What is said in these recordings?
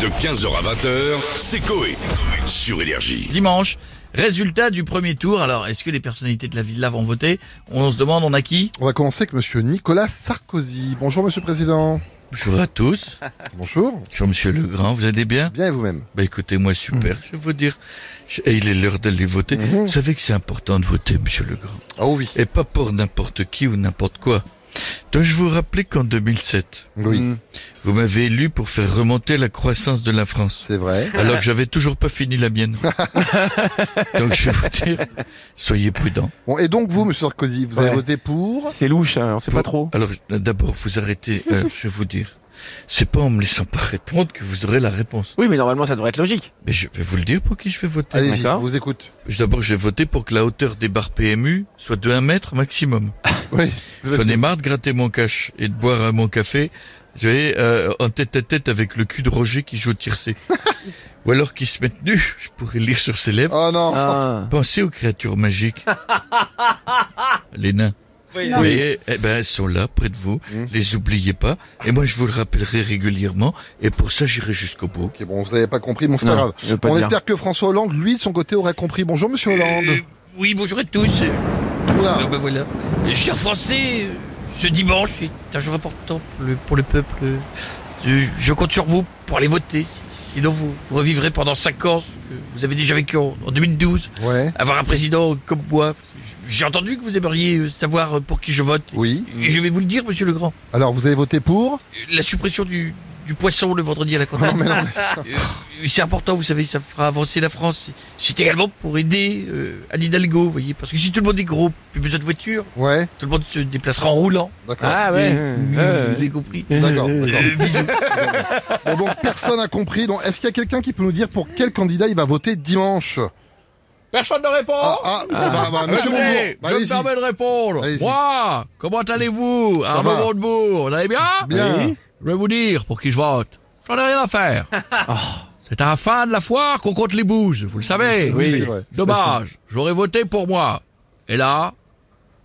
De 15h à 20h, c'est Coé. Sur Énergie. Dimanche, résultat du premier tour. Alors, est-ce que les personnalités de la villa vont voter On se demande, on a qui On va commencer avec monsieur Nicolas Sarkozy. Bonjour monsieur le président. Bonjour à tous. Bonjour. Bonjour monsieur Legrand, vous allez Ah. bien Bien et vous-même. Bah écoutez, moi super, je vais vous dire, je- et il est l'heure d'aller voter. Vous savez que c'est important de voter monsieur Legrand. Ah oui. Et pas pour n'importe qui ou n'importe quoi. Dois-je vous rappeler qu'en 2007, Oui, Hmm. vous m'avez élu pour faire remonter la croissance de la France c'est vrai. alors que j'avais toujours pas fini la mienne. Donc je vais vous dire, soyez prudents. Bon, et donc vous monsieur Sarkozy, vous avez Ouais. voté pour C'est louche, hein, on sait pas Pour- trop. Alors, je- d'abord, vous arrêtez, euh, je vais vous dire. C'est pas en me laissant pas répondre que vous aurez la réponse. Oui, mais normalement, ça devrait être logique. Mais je vais vous le dire pour qui je vais voter. Allez-y, on D'accord. vous écoute. Je- D'abord, je vais voter pour que la hauteur des barres PMU soit de 1 mètre maximum. Oui. je J'en ai sais. marre de gratter mon cash et de boire euh, mon café. Je vais euh, en tête à tête avec le cul de Roger qui joue au tiercé. Ou alors qu'il se mette nu, je pourrais lire sur ses lèvres. Oh non. Ah. Pensez aux créatures magiques. Les nains. Oui. Vous voyez, eh ben, elles sont là, près de vous. Mm. Les oubliez pas. Et moi, je vous le rappellerai régulièrement. Et pour ça, j'irai jusqu'au bout. Ok, bon, vous n'avez pas compris, bon c'est pas Non, grave. je veux pas On dire. espère que François Hollande, lui, de son côté, aura compris. Bonjour monsieur Hollande. Euh, oui, bonjour à tous. Oula. Ah bah voilà. Euh, Chers Français, euh, ce dimanche est un jour important pour le, pour le peuple. Euh, Je compte sur vous pour aller voter. Sinon, vous vous revivrez pendant 5 ans ce que vous avez déjà vécu en en 2012. Ouais. Avoir un président comme moi. J'ai entendu que vous aimeriez euh, savoir euh, pour qui je vote. Oui. Et je vais vous le dire, monsieur Legrand. Alors vous avez voté pour Euh, La suppression du, du poisson le vendredi à la Non campagne. mais non. Euh, C'est important, vous savez, ça fera avancer la France. C'est également pour aider euh, Anne Hidalgo, vous voyez, parce que si tout le monde est gros, plus besoin de voiture, mais- Ouais. tout le monde se déplacera en roulant. D'accord. Ah ouais. euh, euh, Vous avez compris Euh, D'accord. d'accord. Bon, donc personne n'a compris. Donc est-ce qu'il y a quelqu'un qui peut nous dire pour quel candidat il va voter dimanche Personne ne répond Ah ah. bah, bah, monsieur Bongo. Attendez, Bah, Je me allez-y. permets de répondre. Allez-y. Moi, comment allez-vous Ça Arnaud va. Montebourg, vous allez bien Bien. Je vais vous dire pour qui je vote. J'en ai rien à faire. C'est à la fin de la foire qu'on compte les bouges, vous le savez. Oui. C'est vrai. Dommage, j'aurais voté pour moi. Et là,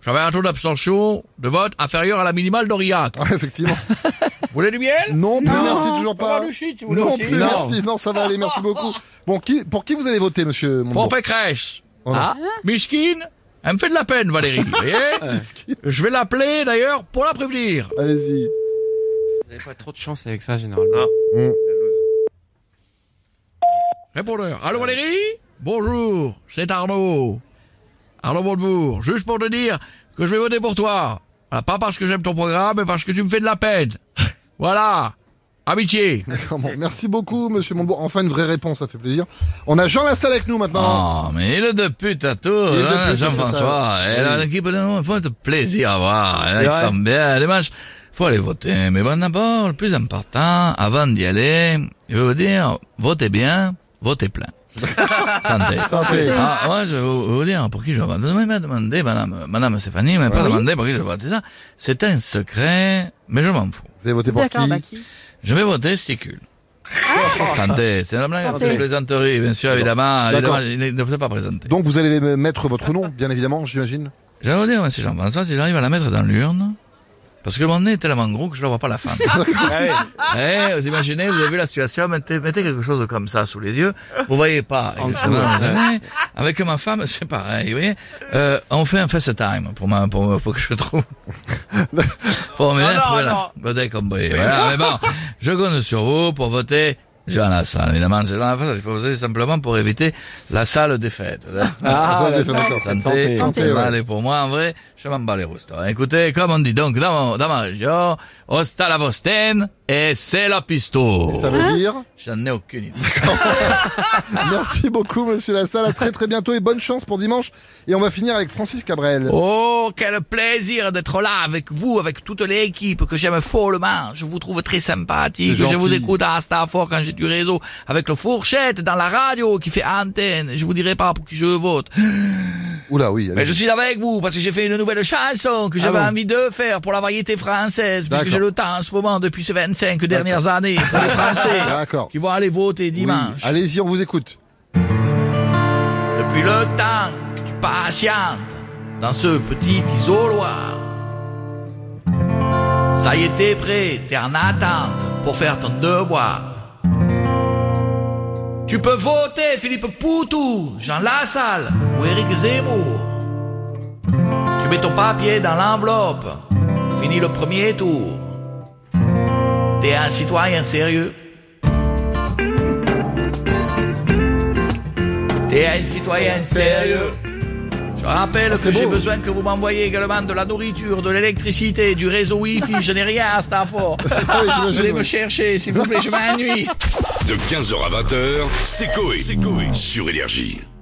j'avais un taux d'abstention de vote inférieur à la minimale d'Aurillac. Ah, effectivement. Vous voulez du miel Non plus, merci toujours Pas pas. mal de shit, si vous voulez Non aussi. plus, Non. merci. Non, ça va aller, merci beaucoup. Bon, qui, pour qui vous allez voter, monsieur Bon, Montebourg Pécresse. Oh non. Ah. Miskine, elle me fait de la peine, Valérie. vous voyez Je vais l'appeler d'ailleurs pour la prévenir. Allez-y. Vous avez pas trop de chance avec ça, généralement. Répondeur. Allô Valérie Bonjour, c'est Arnaud. Arnaud Montebourg. Juste pour te dire que je vais voter pour toi. Voilà, pas parce que j'aime ton programme, mais parce que tu me fais de la peine. voilà. Amitié. D'accord, bon, merci beaucoup, monsieur Montebourg. Enfin, une vraie réponse, ça fait plaisir. On a Jean Lassalle avec nous Ah. maintenant. Oh, mais il est de pute à tout, Ah. Il est de hein, pute, Jean-François. c'est ça. Et là, Oui. l'équipe, là, il faut être plaisir à voir. Là, Ils Ouais. sont bien, les matchs. Faut aller voter. Mais bon, d'abord, le plus important, avant d'y aller, je veux vous dire, votez bien, votez plein. Santé. Santé. Ah, moi, je vais vous, vous dire pour qui je vote. Vous m'avez demandé, madame, madame Stéphanie, m'a pas Oui. demandé pour qui je vote. C'est ça. C'est un secret, mais je m'en fous. Vous avez voté pour bah, qui Je vais voter Sticule. Santé, c'est la blague, c'est une plaisanterie, bien sûr, évidemment, D'accord. évidemment, il ne faut pas présenter. Donc, vous allez me- mettre votre nom, bien évidemment, j'imagine. Je vais vous dire, monsieur Jean-François, si j'arrive à la mettre dans l'urne, parce que mon nez est tellement gros que je ne vois pas la fin. Ah ouais. eh, vous imaginez, vous avez vu la situation, mettez, mettez quelque chose comme ça sous les yeux, vous voyez pas. En exactement, dessous, vous savez. Avec ma femme, c'est pareil, vous voyez. Euh, on fait un FaceTime pour, ma, pour, pour que je trouve. pour me mettre, voilà. Vous avez compris. Voilà, mais bon, je compte sur vous pour voter. Jean Lassalle, évidemment, c'est Jean Lassalle, il faut voter simplement pour éviter la salle des fêtes. Ah, Santé, santé. la santé. Santé, Santé. santé, ouais. allez, pour moi, en vrai, je m'en bats les roustons. Écoutez, comme on dit donc dans, mon- dans ma région, hosta la vostaine et c'est la pisto. Ça veut dire. J'en ai aucune idée. Merci beaucoup, monsieur Lassalle. À très, très bientôt et bonne chance pour dimanche. Et on va finir avec Francis Cabrel. Oh, quel plaisir d'être là avec vous, avec toute l'équipe que j'aime follement. Je vous trouve très sympathique. C'est gentil. Je vous écoute à Stafford quand j'ai du réseau, avec le fourchette dans la radio qui fait antenne. Je vous dirai pas pour qui je vote. Oula, oui. Mais allez-y. je suis avec vous parce que j'ai fait une nouvelle chanson que j'avais bon envie de faire pour la variété française, puisque Ah D'accord. j'ai le temps en ce moment depuis ces 25 dernières années pour les Français D'accord. qui vont aller voter Oui. Ah. dimanche. Allez-y, on vous écoute. Depuis le temps que tu patientes dans ce petit isoloir. Ça y est, t'es prêt, t'es en attente pour faire ton devoir. Tu peux voter Philippe Poutou, Jean Lassalle ou Éric Zemmour. Tu mets ton papier dans l'enveloppe. Fini le premier tour. T'es un citoyen sérieux. T'es un citoyen sérieux. Je rappelle que j'ai besoin que vous m'envoyiez également de la nourriture, de l'électricité, du réseau Wi-Fi. Je n'ai rien à Stafford. Ah oui, j'imagine, Venez me oui. chercher, s'il vous plaît, je m'ennuie. De 15h à 20h, c'est Coé. Sur Énergie.